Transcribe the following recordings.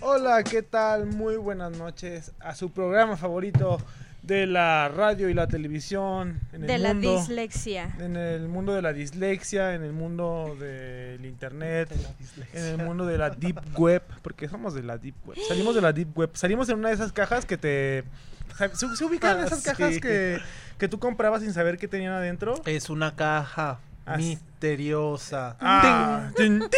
Hola, ¿qué tal? Muy buenas noches a su programa favorito de la radio y la televisión. En el de la mundo, dislexia. En el mundo de la dislexia, en el mundo del internet, en el mundo de la deep web, porque somos de la deep web. Salimos de la deep web, salimos en una de esas cajas que te... ¿Se, se ubican Ah, esas sí. cajas que, que tú comprabas sin saber qué tenían adentro? Es una caja As- misteriosa. Ah, tin, tin.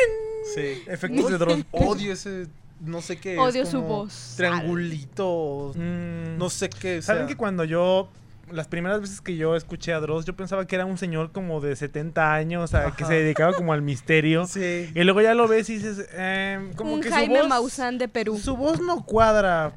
Sí. Efectos de dron. Odio ese, no sé qué es, Odio su como voz. Triangulito, Mm. no sé qué. o ¿Saben sea, que cuando yo, las primeras veces que yo escuché a Dross, yo pensaba que era un señor como de 70 años, a- que Ajá. se dedicaba como al misterio? Sí. Y luego ya lo ves y dices, em, como Un que Jaime su voz, Maussan de Perú. Su voz no cuadra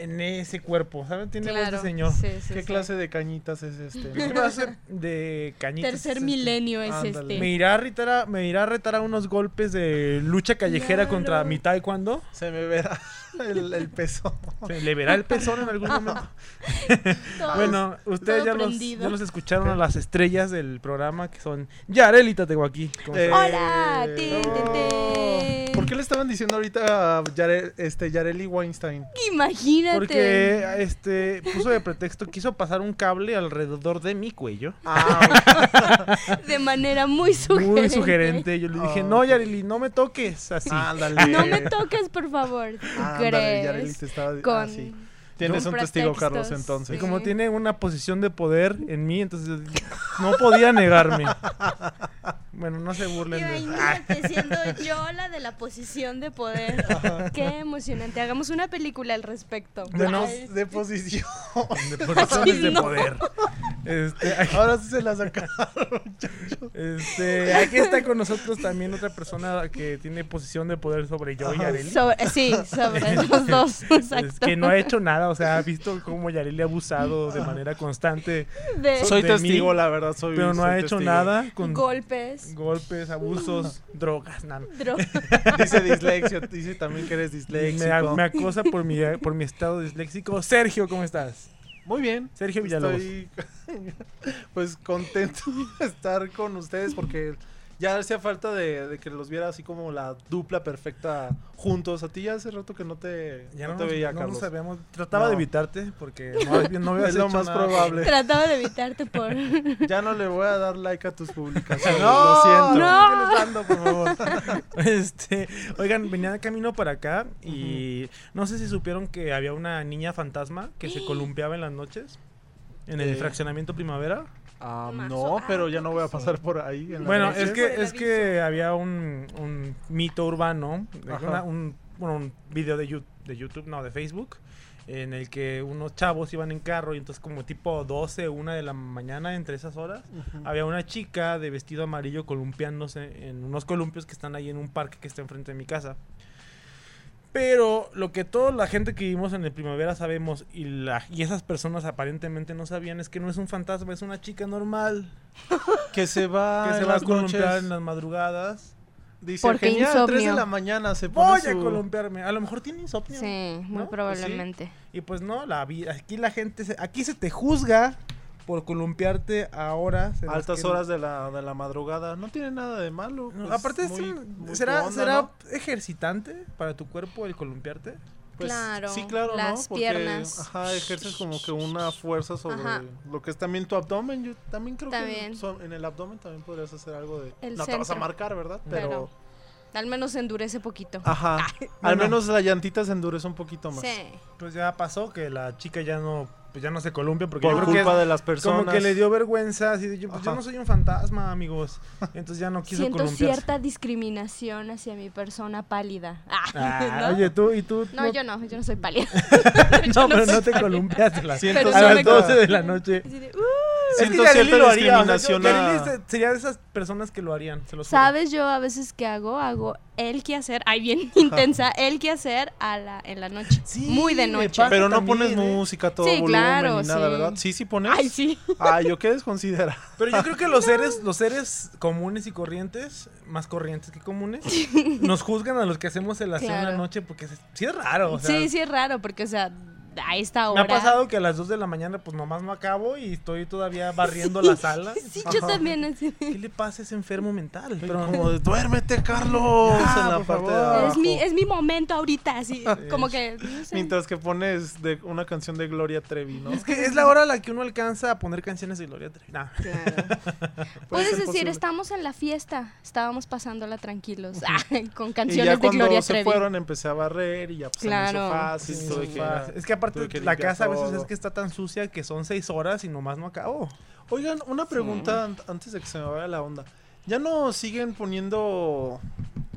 en ese cuerpo, ¿saben? Tiene voz Claro, de señor. sí, sí, ¿Qué sí. clase de cañitas es este? ¿Qué clase de cañitas Tercer es este? milenio es Ándale. este. Me irá, a retar a, me irá a retar a unos golpes de lucha callejera Claro. contra mi taekwondo. Se me verá el, el peso. ¿Se ¿Le verá el pezón en algún momento? Todos- Bueno, ustedes todo ya los, prendido. ya los escucharon a las estrellas del programa que son Yareli Tateguaquí. ¿cómo Eh, Oh. estás? Hola, tin, tin, tin. ¿Por qué le estaban diciendo ahorita a Yare- este, Yareli Weinstein? Imagínate. Porque este puso de pretexto, quiso pasar un cable alrededor de mi cuello. Ah, De manera muy sugerente. Muy sugerente. Yo le dije, Ah, no, ok. Yareli, no me toques así. Ándale. No me toques, por favor. ¿Tú Ah, Ándale, crees? Yareli te estaba Con... ah, sí. Tienes un testigo, pretextos, Carlos, y entonces. sí. como tiene una posición de poder en mí, entonces yo dije, no podía negarme. Bueno, no se burlen de eso. Imagínate siendo yo la de la posición de poder. Qué emocionante. Hagamos una película al respecto. De, no- Ay, de posición. de posiciones de no. poder. Este, Ahora sí se la sacaron. Este, aquí está con nosotros también otra persona que tiene posición de poder sobre yo y Yareli. sobre- eh, sí, sobre los dos. Exacto. Es que no ha hecho nada, o sea, ha visto cómo Yareli ha abusado de manera constante, De Soy Soy testigo, testigo, la verdad, soy pero no ha hecho nada con golpes, golpes, abusos, drogas, nada. drogas. Dice dislexia, dice también que eres Me, disléxico. me acosa por mi, por mi estado disléxico. Sergio, ¿cómo estás? Muy bien. Sergio Villalobos. Estoy pues contento de estar con ustedes porque ya hacía falta de, de que los viera así como la dupla perfecta juntos. A ti ya hace rato que no te, Ya no no, te nos- veía, no nos Carlos. sabíamos. Trataba No. de evitarte porque no, no habías es lo hecho más nada. probable. Trataba de evitarte por. Ya no le voy a dar like a tus publicaciones. No, lo siento. no. ¿Qué les mando, por favor? Este, oigan, venía de camino para acá y no sé si supieron que había una niña fantasma que se columpiaba en las noches en el Eh. fraccionamiento primavera. Ah, Marzo, no, ah, pero ya no voy a creo que pasar por ahí. en la Bueno, noche. es que Por el es que había un, un mito urbano, de Ajá. una- un, bueno, un video de, Yu- de YouTube, no, de Facebook, en el que unos chavos iban en carro y entonces como tipo 12, 1 de la mañana, entre esas horas, Ujú. había una chica de vestido amarillo columpiándose en unos columpios que están ahí en un parque que está enfrente de mi casa. Pero lo que toda la gente que vivimos en el primavera sabemos y, la, y esas personas aparentemente no sabían es que no es un fantasma, es una chica normal que se va que se en va a las noches. columpiar en las madrugadas. Dice, Porque genial, 3 de insomnio. la mañana se pone Voy a su- columpiarme. A lo mejor tiene insomnio. Sí, muy ¿No? probablemente. Y pues no, la vida, aquí la gente, se- aquí se te juzga por columpiarte a horas. en las altas que- horas de la, de la madrugada. No tiene nada de malo. No, pues, aparte, es muy- un- muy ¿será, tu onda, será ¿no? ejercitante para tu cuerpo el columpiarte? Pues, Claro, Sí, claro, ¿no? las Porque, piernas. Ajá, ejerces como que una fuerza sobre Ajá. lo que es también tu abdomen. Yo también creo También. que son- en el abdomen también podrías hacer algo de... El no te vas a centro. marcar, ¿verdad? Pero... Claro. Al menos endurece poquito. Ah, Ajá. Al Bueno. menos la llantita se endurece un poquito más. sí. Pues ya pasó que la chica ya no pues ya no se columpia porque yo Por creo que culpa de las personas. como que le dio vergüenza, así de, yo, pues, yo Ajá. no soy un fantasma, amigos. Entonces ya no quiso Siento columpiarse. cierta discriminación hacia mi persona pálida. Ah, Ah, ¿no? Oye, tú y tú. No, yo no, yo no soy pálida. No, pero no te columpiaste la- Siento Pero a sí las me- 12 de la noche. Así de, "Uh". Siento Yareli cierta lo haría, o sea, discriminación. yo- a- Yareli se- sería de esas personas que lo harían, se los juro. ¿Sabes yo a veces qué hago? Hago el quehacer, ay bien intensa, el quehacer a la, en la noche. Sí, Muy de me noche. pasa. Pero no también, pones ¿eh? música a todo Sí, volumen claro, ni nada, sí. ¿verdad? Sí, sí pones. Ay, sí. Ay, yo qué desconsidera. Pero yo creo que los seres, los seres comunes y corrientes, más corrientes que comunes, nos juzgan a los que hacemos el aseo en la Claro. noche porque es- sí es raro. O sea, sí, sí es raro porque, o sea, a esta Me hora... ha pasado que a las 2 de la mañana pues nomás no acabo y estoy todavía barriendo la sala. Sí, yo Ajá. también así. ¿Qué le pasa a ese enfermo mental? Pero Pero como de, duérmete, Carlos. Ya, en la Ah, por parte de favor. abajo. Es mi, es mi momento ahorita, así, como que, no sé. Mientras que pones de una canción de Gloria Trevi, ¿no? es que es la hora a la que uno alcanza a poner canciones de Gloria Trevi. Nah. Puedes decir, posible. estamos en la fiesta, estábamos pasándola tranquilos, ah, con Y ya canciones de cuando Gloria se Trevi. fueron empecé a barrer y ya pues se me hizo Claro. fácil, Sí, tuve que- fa- es que aparte tuve que la limpiar casa a veces todo. es que está tan sucia que son 6 horas y nomás no acabo. Oigan, una pregunta an- antes de que se me vaya la onda. ¿Ya no siguen poniendo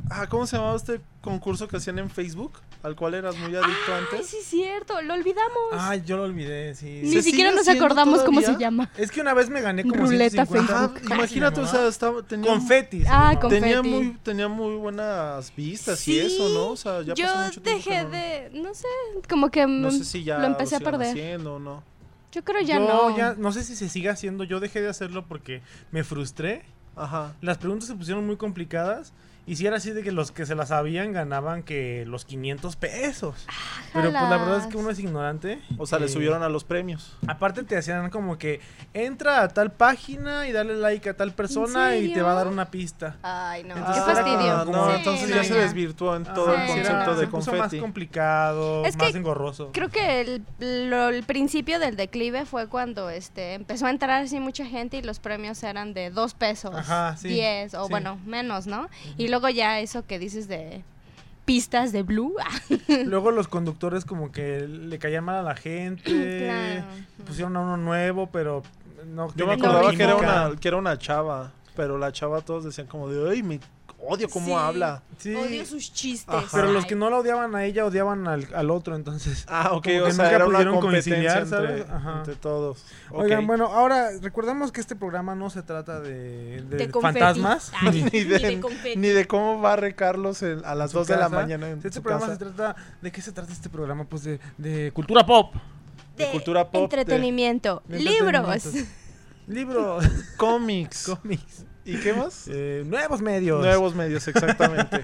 ah, ¿cómo se llamaba este concurso que hacían en Facebook? Al cual eras muy adicto Ay, antes. sí, es cierto, lo olvidamos. Ah, yo lo olvidé, Ni sí. ¿se siquiera sigue nos haciendo acordamos cómo se todavía? llama. Es que una vez me gané como Ruleta 150. Ajá, Facebook. imagínate, o sea, estaba tenía Confetis. Ah, con- tenía confeti. muy tenía muy buenas vistas Sí, y eso, ¿no? O sea, ya yo pasó mucho tiempo que dejé no- de, no sé, como que No mm, sé si ya lo empecé a sigan perder. haciendo o no. Yo creo ya yo no. ya no sé si se sigue haciendo. Yo dejé de hacerlo porque me frustré. Ajá. Las preguntas se pusieron muy complicadas. Y si era así de que los que se las sabían ganaban que los 500 pesos. Pero pues la verdad es que uno es ignorante. O sea, le Eh, subieron a los premios. Aparte te hacían como que entra a tal página y dale like a tal persona y te serio? va a dar una pista. Ay, no, Entonces qué era como- fastidio. ah, No, Sí, entonces no, ya ya. se desvirtuó en todo Ajá, el sí, Ah, era- concepto de se puso más confeti. complicado, Es que más engorroso. Creo que el, lo- el principio del declive fue cuando este empezó a entrar así mucha gente y los premios eran de dos pesos, Ajá, sí, diez o sí. bueno menos, ¿no? Y luego ya eso que dices de pistas de blue, ah, Luego los conductores como que le caían mal a la gente. Claro. Pusieron a uno nuevo, pero no Yo me tenía como acordaba que era, química. una, que era una chava, pero la chava todos decían como de, ay, me odio cómo Sí. habla. Sí, odio sus chistes. Ajá. pero los Oh, Ay. que no la odiaban a ella odiaban al, al otro, entonces. Ah, ok, Como que o sea, nunca era una pudieron competencia conciliar, entre, ¿sabes? Ajá. entre todos. Oigan, Ok. bueno, ahora recordamos que este programa no se trata de, de De Ah, confeti. fantasmas. Ay, ni, de, ni de cómo barre Carlos en- a las su 2 de la casa. mañana en Este su programa casa. se trata. ¿De qué se trata este programa? Pues de, de cultura pop. de cultura pop, de- entretenimiento, de libros, entretenimiento. Libros, Cómics. cómics, ¿Y qué más? eh, nuevos medios. Nuevos medios, exactamente.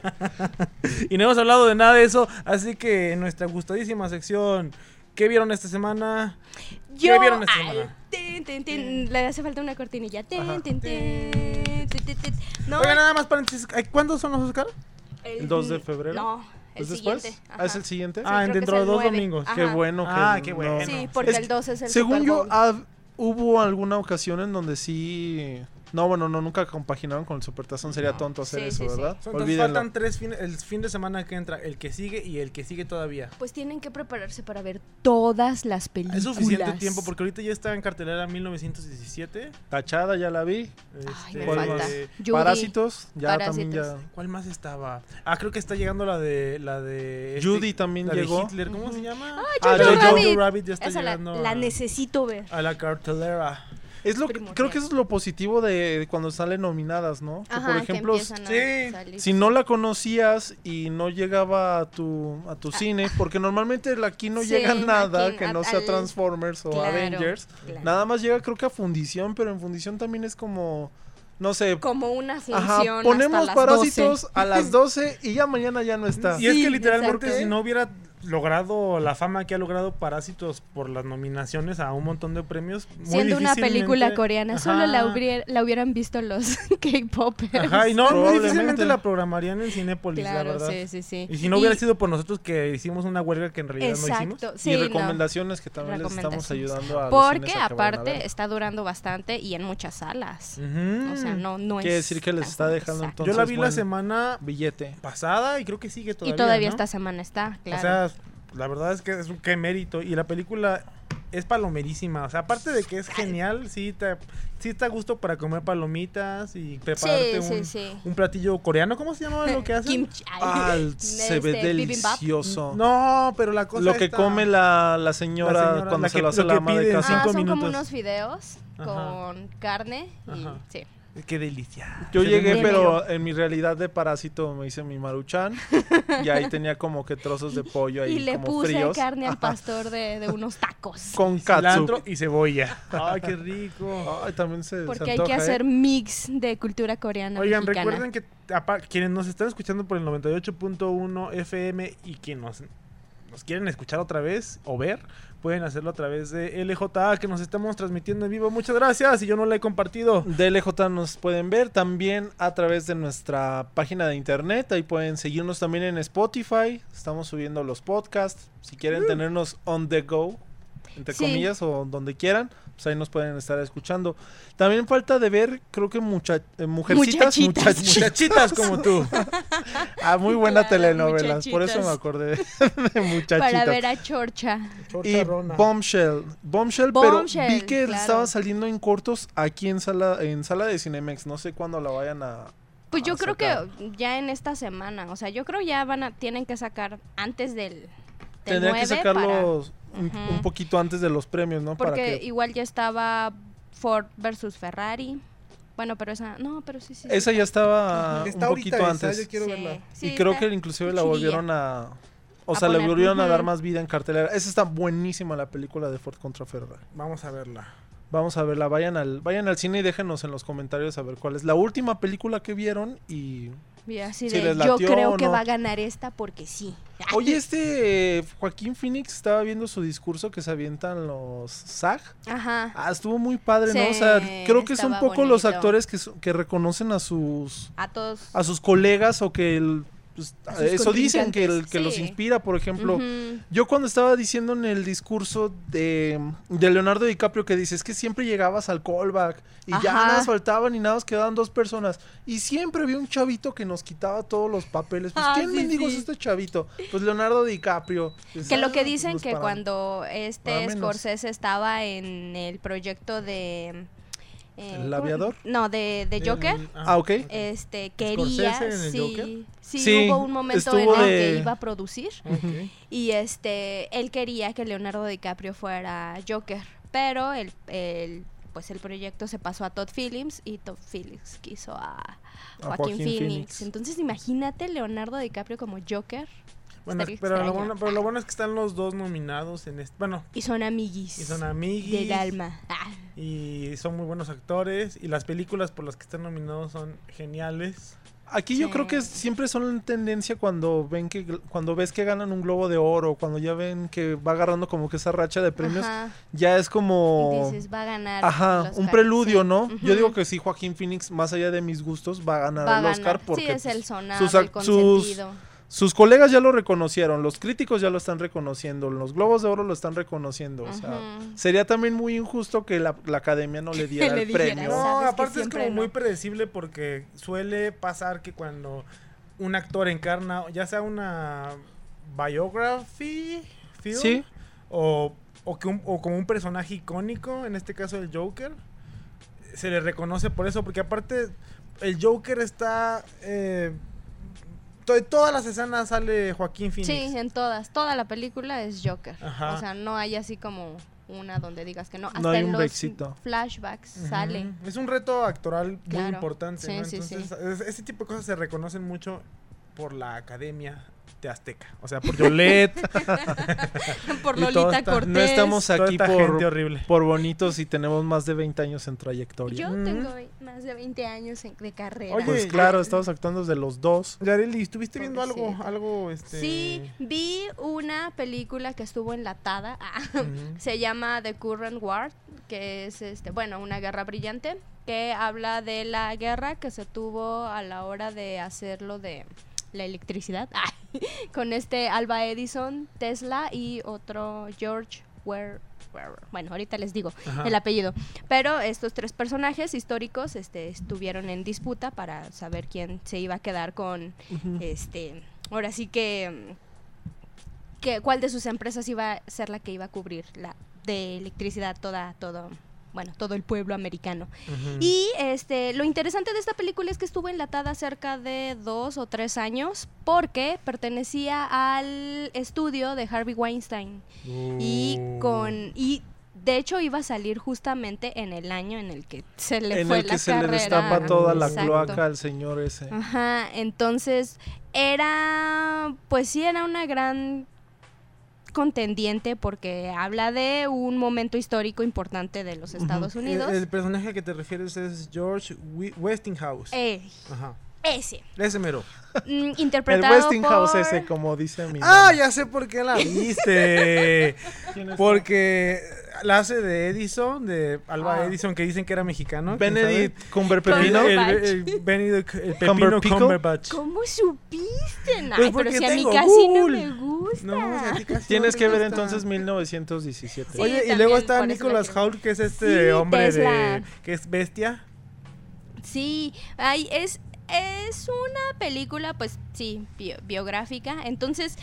Y no hemos hablado de nada de eso. Así que en nuestra gustadísima sección. ¿Qué vieron esta semana? Yo, ¿Qué vieron esta ay, semana? tin, tin, tin, le hace falta una cortinilla. Tin, Ajá. tin, tin, tin, tin, tin. No, eh. Oiga, nada más paréntesis. ay, ¿Cuándo son los Oscar? ¿El 2 de febrero? No, el ¿Es después? siguiente. Ah, ¿Es el siguiente? Pues Ah, creo que dentro es de el dos nueve. domingos. Ajá. Qué bueno que Ah, qué bueno. Sí, no. porque Es el 2 es el Según Super yo, ah, Bowl. hab- hubo alguna ocasión en donde sí. No, bueno, no, nunca compaginaron con el Supertazón. Sería tonto hacer Sí, eso, sí, sí. ¿verdad? Entonces Olvídenlo. faltan tres fines, el fin de semana que entra, el que sigue y el que sigue todavía. Pues tienen que prepararse para ver todas las películas. Es suficiente tiempo porque ahorita ya está en cartelera 1917. Tachada ya la vi. Ay, me este, ¿Cuál falta. más? Judy. Parásitos, ya Parásitos. también ¿Cuál más estaba? Ah, creo que está llegando la de la de este- Judy también la llegó. De Hitler, ¿cómo se llama? Jojo Ah, Jojo Rabbit. ya está Esa la, llegando la a- necesito ver. a, la cartelera. ya. Es lo, Primordial. creo que eso es lo positivo de, de cuando salen nominadas, ¿no? Que, Ajá, por que ejemplo, empiezan a sí. salir. si no la conocías y no llegaba a tu, a tu cine, porque normalmente aquí no Ah. Sí, llega no, nada aquí, que a- no sea al- Transformers o Claro, Avengers. claro. Nada más llega creo que a fundición, pero en fundición también es como, no sé, Como una ajá, función. ponemos hasta las 12. parásitos a las 12 y ya mañana ya no está. Y es Sí, que literalmente exacto. si no hubiera logrado la fama que ha logrado Parásitos por las nominaciones a un montón de premios, muy Siendo una película difícilmente- coreana, solo la, Ajá. hubiera- la hubieran visto los K-popers. Ajá, y no, muy Probablemente. difícilmente la programarían en Cinépolis, la Claro, verdad. sí, sí, sí. Y si no hubiera sido por nosotros que hicimos una huelga que en realidad no hicimos. Exacto, sí, y no. recomendaciones que también les estamos Recomendaciones. ayudando a los Porque cines a que vayan a ver. aparte está durando bastante y en muchas salas. Ujú. O sea, no, no Mm. Quiere es decir que les tan está dejando exacto. Yo entonces la vi la buen semana billete. pasada y creo que sigue todavía. y todavía ¿no? esta semana está, claro. O sea, la verdad es que es un qué mérito. Y la película es palomerísima. O sea, aparte de que es genial, sí te, sí está a gusto para comer palomitas y prepararte Sí, sí, un, sí. un platillo coreano. ¿Cómo se llama lo que hacen? Kimchi. Ah, se ve Este, bibimbap. delicioso. No, pero la cosa lo que esta- come la, la señora La señora, cuando la se que- lo hace lo la que ama de pide. casa. Ah, cinco son como minutos. unos fideos Ajá. con carne y Ajá. sí. Qué delicia. Yo Se ve llegué, muy- pero en mi realidad de parásito me hice mi maruchan y ahí tenía como que trozos de pollo ahí Y le como puse fríos. carne al Ajá. pastor de, de unos tacos. con cilantro katsu. y cebolla. Ay, qué rico. Ay, también se se Porque hay que antoja, ¿eh? hacer mix de cultura coreana. Oigan, mexicana. recuerden que apa- quienes nos están escuchando por el 98.1 FM y quienes nos, nos quieren escuchar otra vez o ver, pueden hacerlo a través de LJA que nos estamos transmitiendo en vivo. Muchas gracias. Y yo no la he compartido. DLJ nos pueden ver también a través de nuestra página de internet. Ahí pueden seguirnos también en Spotify. Estamos subiendo los podcasts. Si quieren tenernos on the go, entre Uh. Sí. comillas, o donde quieran, pues ahí nos pueden estar escuchando. También falta de ver, creo que mucha, eh, mujercitas, Muchachitas. muchachas Muchachitas como tú. Ah, muy buena Claro, telenovela. Por eso me muchachitas. acordé de muchachitas. Para ver a Chorcha. Y Bombshell. Bombshell, pero vi Bombshell, que claro. estaba saliendo en cortos aquí en sala, en sala de Cinemex. No sé cuándo la vayan a. Pues yo a creo sacar. que ya en esta semana, o sea, yo creo ya van a, tienen que sacar antes del, del Tendría 9 que para- sacarlos un, Ujú. un poquito antes de los premios, ¿no? porque Para que. igual ya estaba Ford versus Ferrari. Bueno, pero esa, no, pero sí, sí. sí. Esa ya estaba Está un ahorita poquito esa, antes. yo quiero Sí, verla. sí, y creo está que inclusive la chidilla. volvieron a. O A sea, le poner, volvieron a dar ujú. más vida en cartelera. Esa está buenísima la película de Ford contra Ferrari. Vamos a verla. Vamos a verla, vayan al, vayan al cine y déjenos en los comentarios a ver cuál es la última película que vieron y... Y así si de, les yo latió creo o que no". va a ganar esta porque sí. Oye, este eh, Joaquín Phoenix estaba viendo su discurso que se avientan los SAG. Ajá. Ah, estuvo muy padre, ¿no? O Sí, sea, creo que son estaba poco los bonito. actores que, su- que reconocen a sus, A todos. a sus colegas o que el- pues, sus eso dicen que, el, que los contrincantes, sí. inspira, por ejemplo. Ujú. Yo cuando estaba diciendo en el discurso de, de Leonardo DiCaprio que dice, es que siempre llegabas al callback y ya Ajá. nada más faltaban y nada más quedaban dos personas. Y siempre había un chavito que nos quitaba todos los papeles. Pues, Ah, ¿quién sí, mendigos sí. es este chavito? Pues Leonardo DiCaprio. Pues, Que ah, lo que pues, dicen los que paran. cuando para este menos. Scorsese estaba en el proyecto de... eh, ¿El ¿cómo? aviador? No, de, de Joker. Ah, ok. Este, quería... en el Joker? Sí, sí, Sí, hubo un momento en estuvo el de- que iba a producir. Y este, él quería que Leonardo DiCaprio fuera Joker. Pero el, el- pues el proyecto se pasó a Todd Phillips y Todd Phillips quiso a Joaquín, Joaquín Phoenix. Phoenix. Entonces imagínate Leonardo DiCaprio como Joker Bueno, Estaría pero lo, extraño. bueno, pero lo bueno es que están los dos nominados en este. Bueno, y son amiguis. y son amigos. Del alma. Ah, Y son muy buenos actores. Y las películas por las que están nominados son geniales. Aquí yo Sí. creo que siempre son en tendencia cuando ven que cuando ves que ganan un globo de oro, cuando ya ven que va agarrando como que esa racha de premios, ajá. ya es como Y dices, va a ganar. Ajá, el un Oscar". preludio, Sí. ¿no? Yo digo Ujú. que sí, Joaquín Phoenix, más allá de mis gustos, va a ganar va a el Oscar ganar. porque sí, es pues, el sonado, sus, el ac- sus, consentido. sus colegas ya lo reconocieron, los críticos ya lo están reconociendo, los Globos de Oro lo están reconociendo. O sea, Ujú. sería también muy injusto que la, la academia no le diera le el dijera, premio. "Sa- No, sabes que aparte es siempre como no. muy predecible porque suele pasar que cuando un actor encarna, ya sea una biography, film, Sí. o, o, que un- o como un personaje icónico, en este caso el Joker, se le reconoce por eso, porque aparte el Joker está... eh, to- todas las escenas sale Joaquín Phoenix. Sí, en todas. Toda la película es Joker. Ajá. O sea, no hay así como una donde digas que no. Hasta hay en un los breakcito. flashbacks Ujú. sale. Es un reto actoral muy Claro. importante. Sí, ¿no? sí, sí. Entonces, es- ese tipo de cosas se reconocen mucho por la academia de Azteca. O sea, por Yolette, Por Y toda Lolita esta- Cortés. No estamos toda aquí esta gente por, horrible. por bonitos y tenemos más de 20 años en trayectoria. Yo Ujú. tengo ve- más de 20 años en- de carrera. Oye, Pues claro, estamos actuando desde los dos. Yareli, ¿estuviste viendo algo? Pobrecita. algo este... Sí, vi una película que estuvo enlatada. Ah, Ujú. Se llama The Current War, que es, este, bueno, una guerra brillante, que habla de la guerra que se tuvo a la hora de hacer lo de la electricidad, Ah, con este Alba Edison, Tesla y otro George Ware. Ware- Bueno, ahorita les digo Ajá. el apellido. Pero estos tres personajes históricos este, estuvieron en disputa para saber quién se iba a quedar con Ujú. este ahora sí que, mm, que cuál de sus empresas iba a ser la que iba a cubrir la de electricidad toda, todo, bueno, todo el pueblo americano. Y este, lo interesante de esta película es que estuvo enlatada cerca de dos o tres años porque pertenecía al estudio de Harvey Weinstein y Uh. Oh. con y de hecho iba a salir justamente en el año en el que se le en fue el que la se carrera. le destapa toda la Exacto. cloaca al señor ese. Ajá, entonces era, pues sí, era una gran contendiente porque habla de un momento histórico importante de los Estados Ujú. Unidos. El, el personaje al que te refieres es George Wi- Westinghouse. Eh, Ajá. ese, Ese mero. mm, El interpretado Westinghouse por... ese, como dice mi Ah, mamá. ya sé por qué la viste. ¿Quién es? Porque la hace de Edison, de Alba Ah. Edison, que dicen que era mexicano. ¿quién Benedict sabe? Cumberpepino. El, Cumberbatch. el, el Benedict el Pepino Cumberpico. Cumberbatch. ¿Cómo supiste? Ay, Pues pero porque si a mí tengo casi Google. no me gusta. No, si a ti casi no Tienes te que ver gusta. entonces 1917. Sí, Oye, y también, luego está por eso la Nicholas quiero. Hoult, que es este Sí, hombre de. Tesla. que es bestia. Sí, ay, es, es una película, pues sí, bio- biográfica. Entonces,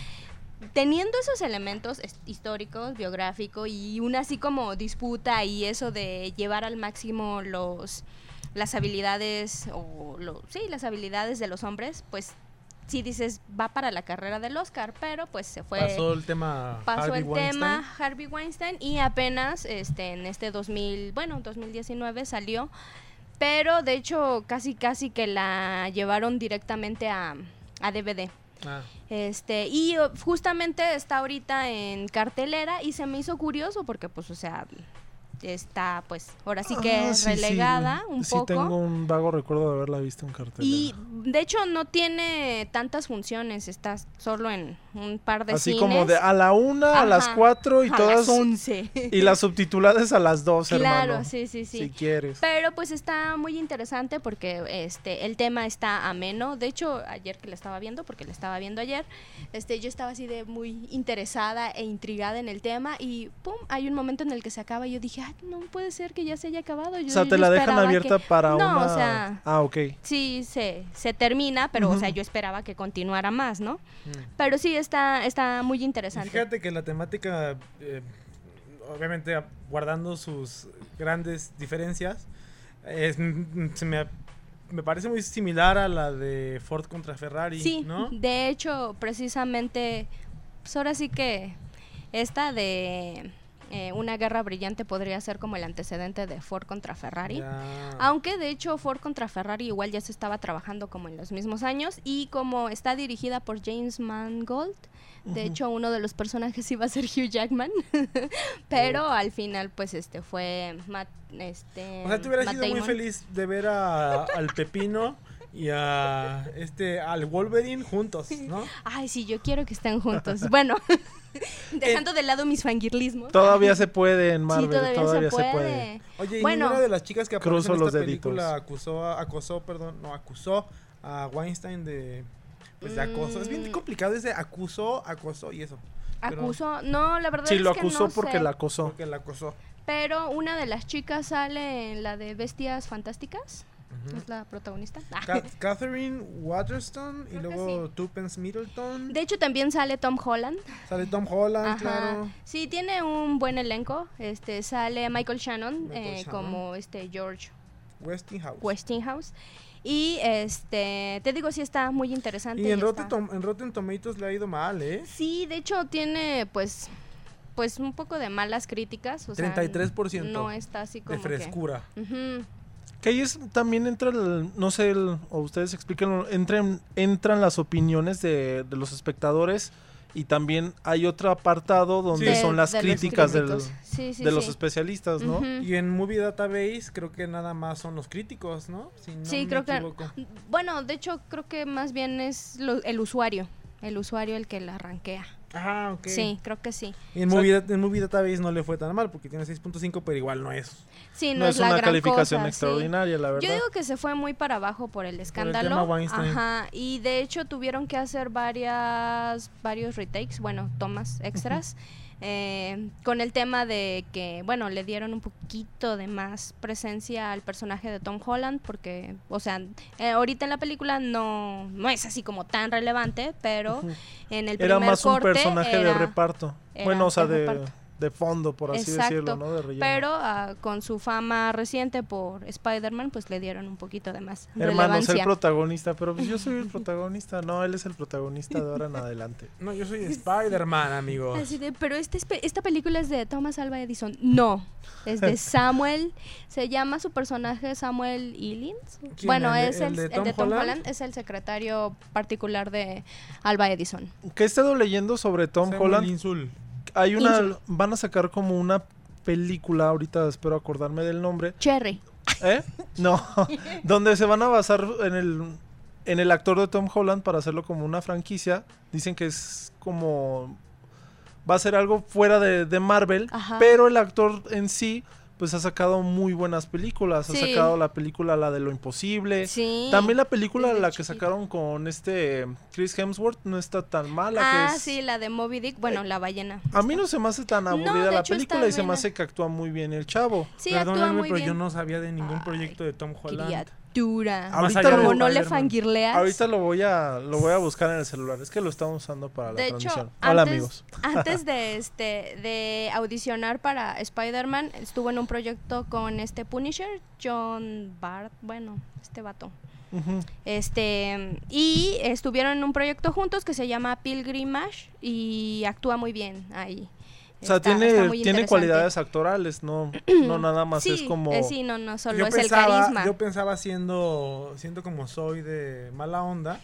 teniendo esos elementos es- históricos, biográfico y una así como disputa y eso de llevar al máximo los las habilidades o lo- sí, las habilidades de los hombres, pues sí dices va para la carrera del Oscar, pero pues se fue pasó el tema. pasó Harvey el tema Harvey Weinstein y apenas este en este 2000, bueno, 2019 salió, pero de hecho casi casi que la llevaron directamente a, a DVD. Weinstein. Ah. Este, y o, justamente está ahorita en cartelera y se me hizo curioso porque pues o sea, está pues ahora sí que Ah, sí, sí, relegada güey. un sí, poco. tengo un vago recuerdo de haberla visto en cartel. Y de hecho no tiene tantas funciones, está solo en un par de Así cines. como de a la una, a las Ajá. cuatro y a todas. las 11. Y las subtituladas a las dos, hermano. Claro, sí, sí, sí. Si quieres. Pero pues está muy interesante porque este el tema está ameno. De hecho, ayer que la estaba viendo, porque la estaba viendo ayer, este yo estaba así de muy interesada e intrigada en el tema y pum, hay un momento en el que se acaba y yo dije, "Ah, no puede ser que ya se haya acabado." Yo, o sea, yo te la dejan esperaba que- abierta para No, una. o sea- Ah, ok. Sí, se, se termina, pero o sea, yo esperaba que continuara más, ¿no? Mm. Pero sí está está muy interesante. Fíjate que la temática, eh, obviamente a- guardando sus grandes diferencias, es- mm, se me, me parece muy similar a la de Ford contra Ferrari, Sí, ¿no? de hecho, precisamente, pues ahora sí que esta de eh, una guerra brillante podría ser como el antecedente de Ford contra Ferrari. Ah, Ya. Aunque de hecho Ford contra Ferrari igual ya se estaba trabajando como en los mismos años y como está dirigida por James Mangold, de hecho uno de los personajes iba a ser Hugh Jackman, pero al final pues este fue Matt, este Oh. o sea, te hubieras Matt sido muy Damon. feliz de ver a- al Pepino y a este al Wolverine juntos, ¿no? Ay, sí, yo quiero que estén juntos. Bueno, dejando de lado mis fangirlismos. Todavía se puede en Marvel. sí, todavía, se, puede. Oye, y Bueno. ninguna de las chicas que aparece Cruzo en los esta deditos. película acusó, a- acosó, perdón, no, acusó a Weinstein de, pues, de acoso. Es bien Mm. complicado ese acusó, acosó y eso. Pero- Acusó, no, la verdad Sí, es lo que acusó no porque sé. la acosó. Porque la acosó. Pero una de las chicas sale en la de Bestias Fantásticas. Ujú. Es la protagonista. Ah. Ca- Catherine Waterston y Creo que luego Tupence Middleton. De hecho, también sale Tom Holland. Sale Tom Holland, Ajá. Ah, claro. Sí, tiene un buen elenco. Este sale Michael Shannon Michael eh, Shannon. como este George Westinghouse. Westinghouse. Y este, te digo, sí está muy interesante. y en está- Rotten, Tom- en Rotten Tomatoes le ha ido mal, ¿eh? Sí, de hecho tiene pues pues un poco de malas críticas, o sea, 33% no está así como De frescura. que Ujú. Que ahí es, también entra el, no sé, el- o ustedes explíquenlo, entran, entran las opiniones de, de los espectadores y también hay otro apartado donde Sí. son De- las de los críticas del- críticos. Sí, sí, de los sí. especialistas, ¿no? Ujú. Y en Movie Database creo que nada más son los críticos, ¿no? Si no sí, me creo que equivoco. bueno, de hecho creo que más bien es lo- el usuario, el usuario el que la ranquea. Ah, ok. Sí, creo que sí. Y en, movie, Dat- en Movie Database no le fue tan mal porque tiene 6.5, pero igual no es. Sí, no, No es la una gran calificación cosa, sí. extraordinaria, la verdad. Yo digo que se fue muy para abajo por el tema escándalo. Weinstein. Ajá, y de hecho tuvieron que hacer varias varios retakes, bueno, tomas extras. eh, con el tema de que, bueno, le dieron un poquito de más presencia al personaje de Tom Holland, porque, o sea, eh, ahorita en la película no, no es así como tan relevante, pero Ujú. en el primer Era más un corte personaje de era- reparto. era bueno, o sea, de de, reparto. de fondo, por así Exacto, decirlo, ¿no? De relleno. Pero ah, con su fama reciente por Spider-Man, pues le dieron un poquito de más Hermanos, el relevancia. protagonista, pero pues yo soy el protagonista, no, él es el protagonista de ahora en adelante. No, yo soy Spider-Man, amigo. Así de, pero este espe- esta película es de Thomas Alva Edison. No, es de Samuel. se llama su personaje Samuel Illins. ¿Quién, Bueno, el de- es el el, de el Tom de Tom Holland? Holland, es el secretario particular de Alva Edison. ¿Qué he estado leyendo sobre Tom Samuel Holland? Insul. Hay una, Insul. van a sacar como una película, ahorita espero acordarme del nombre, Cherry. ¿eh? No, donde se van a basar en el, en el actor de Tom Holland para hacerlo como una franquicia. Dicen que es como, va a ser algo fuera de, de Marvel, Ajá. pero el actor en sí, pues ha sacado muy buenas películas. Ha Sí. sacado la película La de lo imposible. Sí. También la película desde la que chiquito. sacaron con este Chris Hemsworth no está tan mala. ah, que es- sí, la de Moby Dick. Bueno, Eh, la ballena. A mí no se me hace tan No, aburrida de la hecho, está película y se me buena. hace que actúa muy bien el chavo. Sí, actúa Perdóname, muy pero bien. yo no sabía de ningún proyecto de Tom Holland. Criatura. Ahorita Más allá de lo- Como no le Spider-Man. fangirleas. Ahorita lo voy a lo voy a buscar en el celular. Es que lo estamos usando para la de hecho, transmisión. antes, Hola amigos. antes de este de audicionar para Spider-Man, estuvo en un proyecto con este Punisher, John Bart, bueno, este vato. Ujú. Este, y estuvieron en un proyecto juntos que se llama Pilgrimage y actúa muy bien ahí. O sea, Está- tiene, está muy tiene interesante. cualidades actorales, no, no nada más sí, es como eh, sí, no, no, solo yo es pensaba, el carisma. Yo pensaba siendo, siendo como soy de mala onda,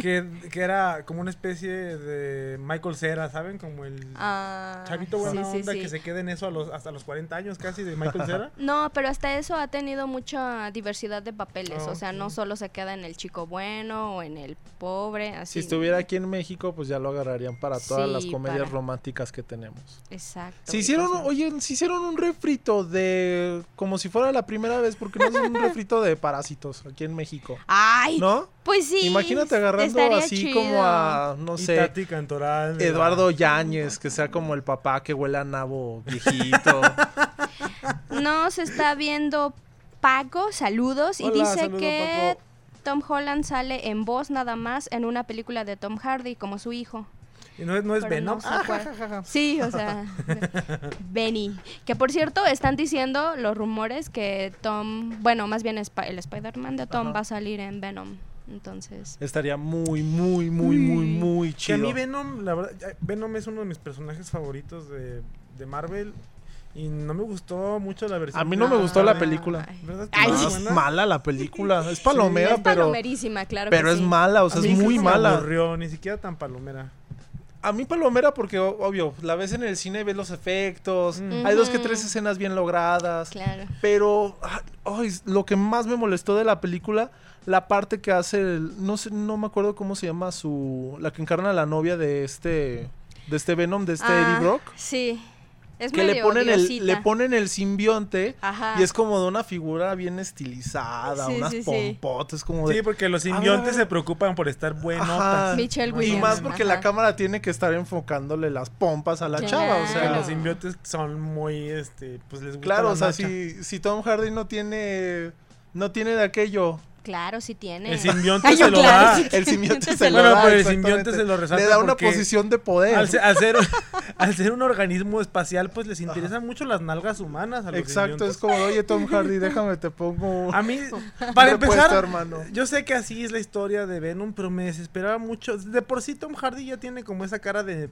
que, que era como una especie de Michael Cera, ¿saben? Como el Ah, chavito buena sí, sí, onda sí. que se queda en eso a los, hasta los 40 años casi de Michael Cera. No, pero hasta eso ha tenido mucha diversidad de papeles. Ah, o sea, no ok. solo se queda en el chico bueno o en el pobre. Así. si estuviera aquí en México, pues ya lo agarrarían para todas las Sí, comedias para- románticas que tenemos. Exacto. Se y hicieron, cosas. oye, se hicieron un refrito de como si fuera la primera vez, porque no es un refrito de parásitos aquí en México, ¡Ay! ¿no? Pues sí. Imagínate agarrando estaría así chido. como a, no y sé, Tati Cantoral. de la- Eduardo Yáñez, que sea como el papá que huele a nabo viejito. No, se está viendo Paco, saludos. y Hola, dice saludo, que Paco. Tom Holland sale en voz nada más en una película de Tom Hardy como su hijo. Y no es, pues no es pero Venom. no se Ah, puede. Sí, o sea, Benny. Que por cierto, están diciendo los rumores que Tom, bueno, más bien Sp- el Spider-Man de Tom Ajá. va a salir en Venom. Entonces, Estaría muy, muy, muy, muy, muy Que a chido. mí Venom, la verdad, ya- Venom es uno de mis personajes favoritos de, de Marvel. Y no me gustó mucho la versión. A mí no me gustó la película. Ay. ¿Verdad que Ah, Ay, no es sí. es buena? mala la película, es palomera, es pero, palomerísima, claro pero que es sí. mala, o A sea, mí es creo muy que me mala. aburrió, ni siquiera tan palomera. A mí Palomera porque, o- obvio, la ves en el cine, ves los efectos, Mm. hay dos que Ujú. tres escenas bien logradas, Claro. pero ah, ay, s- lo que más me molestó de la película, la parte que hace, el- no sé, no me acuerdo cómo se llama su, la que encarna a la novia de este, de este Venom, de este Ah, Eddie Brock, Sí. Es que le medio ponen, el, diosita. le ponen el simbionte Ah. Ajá. y es como de una figura bien estilizada, Sí, unas sí, sí. pompotas, como de... Sí, porque los ver, a simbiontes ver. se preocupan por estar Ajá. buenotas. Michelle Y y Williams. más porque la ajá. cámara tiene que estar enfocándole las pompas a la chava, o sea... Que Claro. los simbiontes son muy, este, pues les gusta Claro, la o sea, marcha. si, si Tom Hardy no tiene no tiene de aquello, Claro, sí tiene. El simbionte Ay, yo se lo claro, da. sí. el simbionte se lo Ah, Bueno, da. pero el exactamente. simbionte se lo resalta Le da una porque- posición de poder. Al, se- al ser, al ser un organismo espacial, pues les interesan mucho las nalgas humanas. A los Exacto, es simbiontes. como, oye, Tom Hardy, déjame, te pongo un A mí, Ah, para repuesto, empezar, hermano. yo sé que así es la historia de Venom, pero me desesperaba mucho. De por sí Tom Hardy ya tiene como esa cara de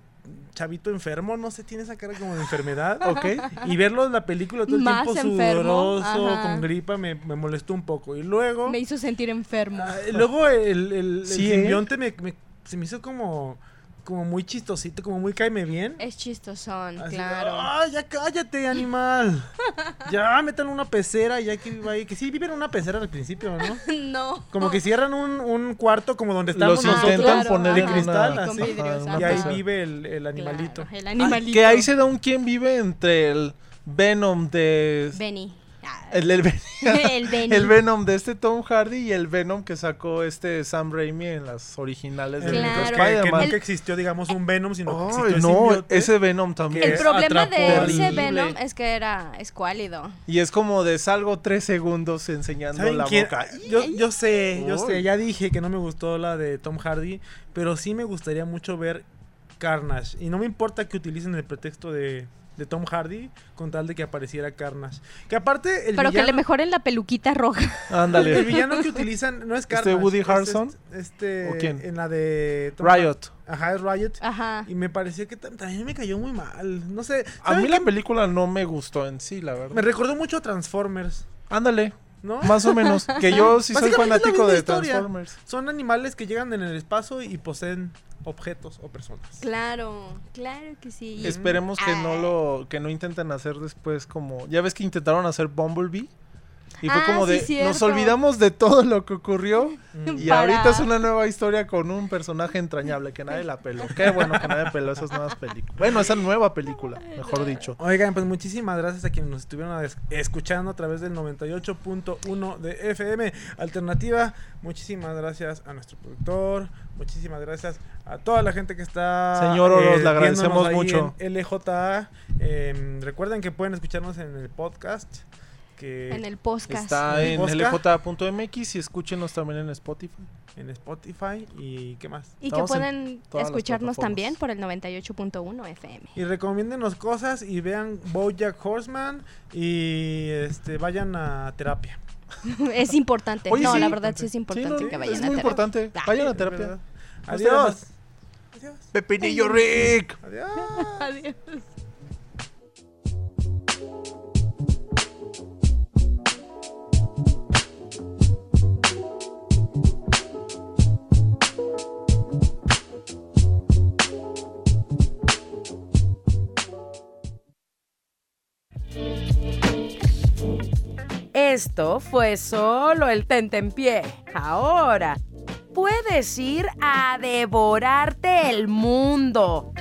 chavito enfermo, no sé, tiene esa cara como de enfermedad. ¿Ok? Y verlo en la película todo el Más tiempo enfermo, sudoroso, ajá. con gripa, me, me molestó un poco. Y luego... Me hizo sentir enfermo. Ah, y luego el, el, el Sí, ¿eh? simbionte me, me- se me hizo como, como muy chistosito, como muy caime bien. Es chistosón, Así, claro. "Ah". ¡Ay, ya cállate, animal! ya, metan una pecera, ya que va ahí. Que sí, viven en una pecera al principio, ¿no? no. Como que cierran un, un cuarto como donde estamos Los nosotros. intentan claro, poner de en cristal, una- así. ajá, vidrios, una Y ahí Ajá. cosa. vive el, el animalito. Claro, el Ah, animalito. Que ahí se da un quién vive entre el Venom de... Benny. Ah, El, el, El Benny. el Venom de este Tom Hardy y el Venom que sacó este Sam Raimi en las originales de Que- Claro. Que, Spider-Man. nunca existió, digamos, un Venom, sino que Ay, existió el no, simbionte. ese Venom también. que El problema atrapó de ese horrible. Venom es que era escuálido. Y es como de salgo tres segundos enseñando ¿Saben la quién? boca. Yo, yo sé, yo Uy. sé, ya dije que no me gustó la de Tom Hardy, pero sí me gustaría mucho ver Carnage. Y no me importa que utilicen el pretexto de de Tom Hardy con tal de que apareciera Carnage. Que aparte el Pero que le villano, mejoren la peluquita roja. el Ándale. villano que utilizan no es ¿Este Carnage. Woody es Harrelson? este- Este, ¿O quién? en la de Tom Hardy. Riot. Ajá, es Riot. Ajá. Y me pareció que tam- también me cayó muy mal. No sé. A ¿saben mí la qué? película no me gustó en sí, la me verdad. recordó mucho a Transformers, Ándale. ¿no? Más o menos. Que yo sí soy Básicamente es la fanático misma de historia. Transformers. Son animales que llegan en el espacio y poseen objetos o personas. Claro, claro que sí. Esperemos que no Ah. lo que no intenten hacer después como ya ves que intentaron hacer Bumblebee y fue Ah, como sí, de nos cierto. olvidamos de todo lo que ocurrió y Para- ahorita es una nueva historia con un personaje entrañable que nadie la peló. Qué bueno que nadie peló esas nuevas películas. Bueno, esa nueva película, mejor dicho. Oigan, pues muchísimas gracias a quienes nos estuvieron a- escuchando a través del 98.1 de FM Alternativa. Muchísimas gracias a nuestro productor. Muchísimas gracias a toda la gente que está. eh, Señor Oroz, le viéndonos agradecemos ahí mucho. en LJA. Eh, recuerden que pueden escucharnos en el podcast. Que En el podcast. Está en Oscar. lj.mx y escúchenos también en Spotify. en Spotify y qué más. Y que Estamos en pueden todas las escucharnos plataformas. también por el 98.1 FM. Y recomiéndenos cosas y vean Bojack Horseman y este vayan a terapia. es importante. Oye, no, sí. la verdad sí es Sí, importante no, que es vayan a muy terapia. importante. Ah. Vayan a Es terapia. verdad. No está de Adiós. más. Adiós. Pepinillo Rick. Adiós. Adiós. Esto fue solo el tentempié. Ahora puedes ir a devorarte el mundo.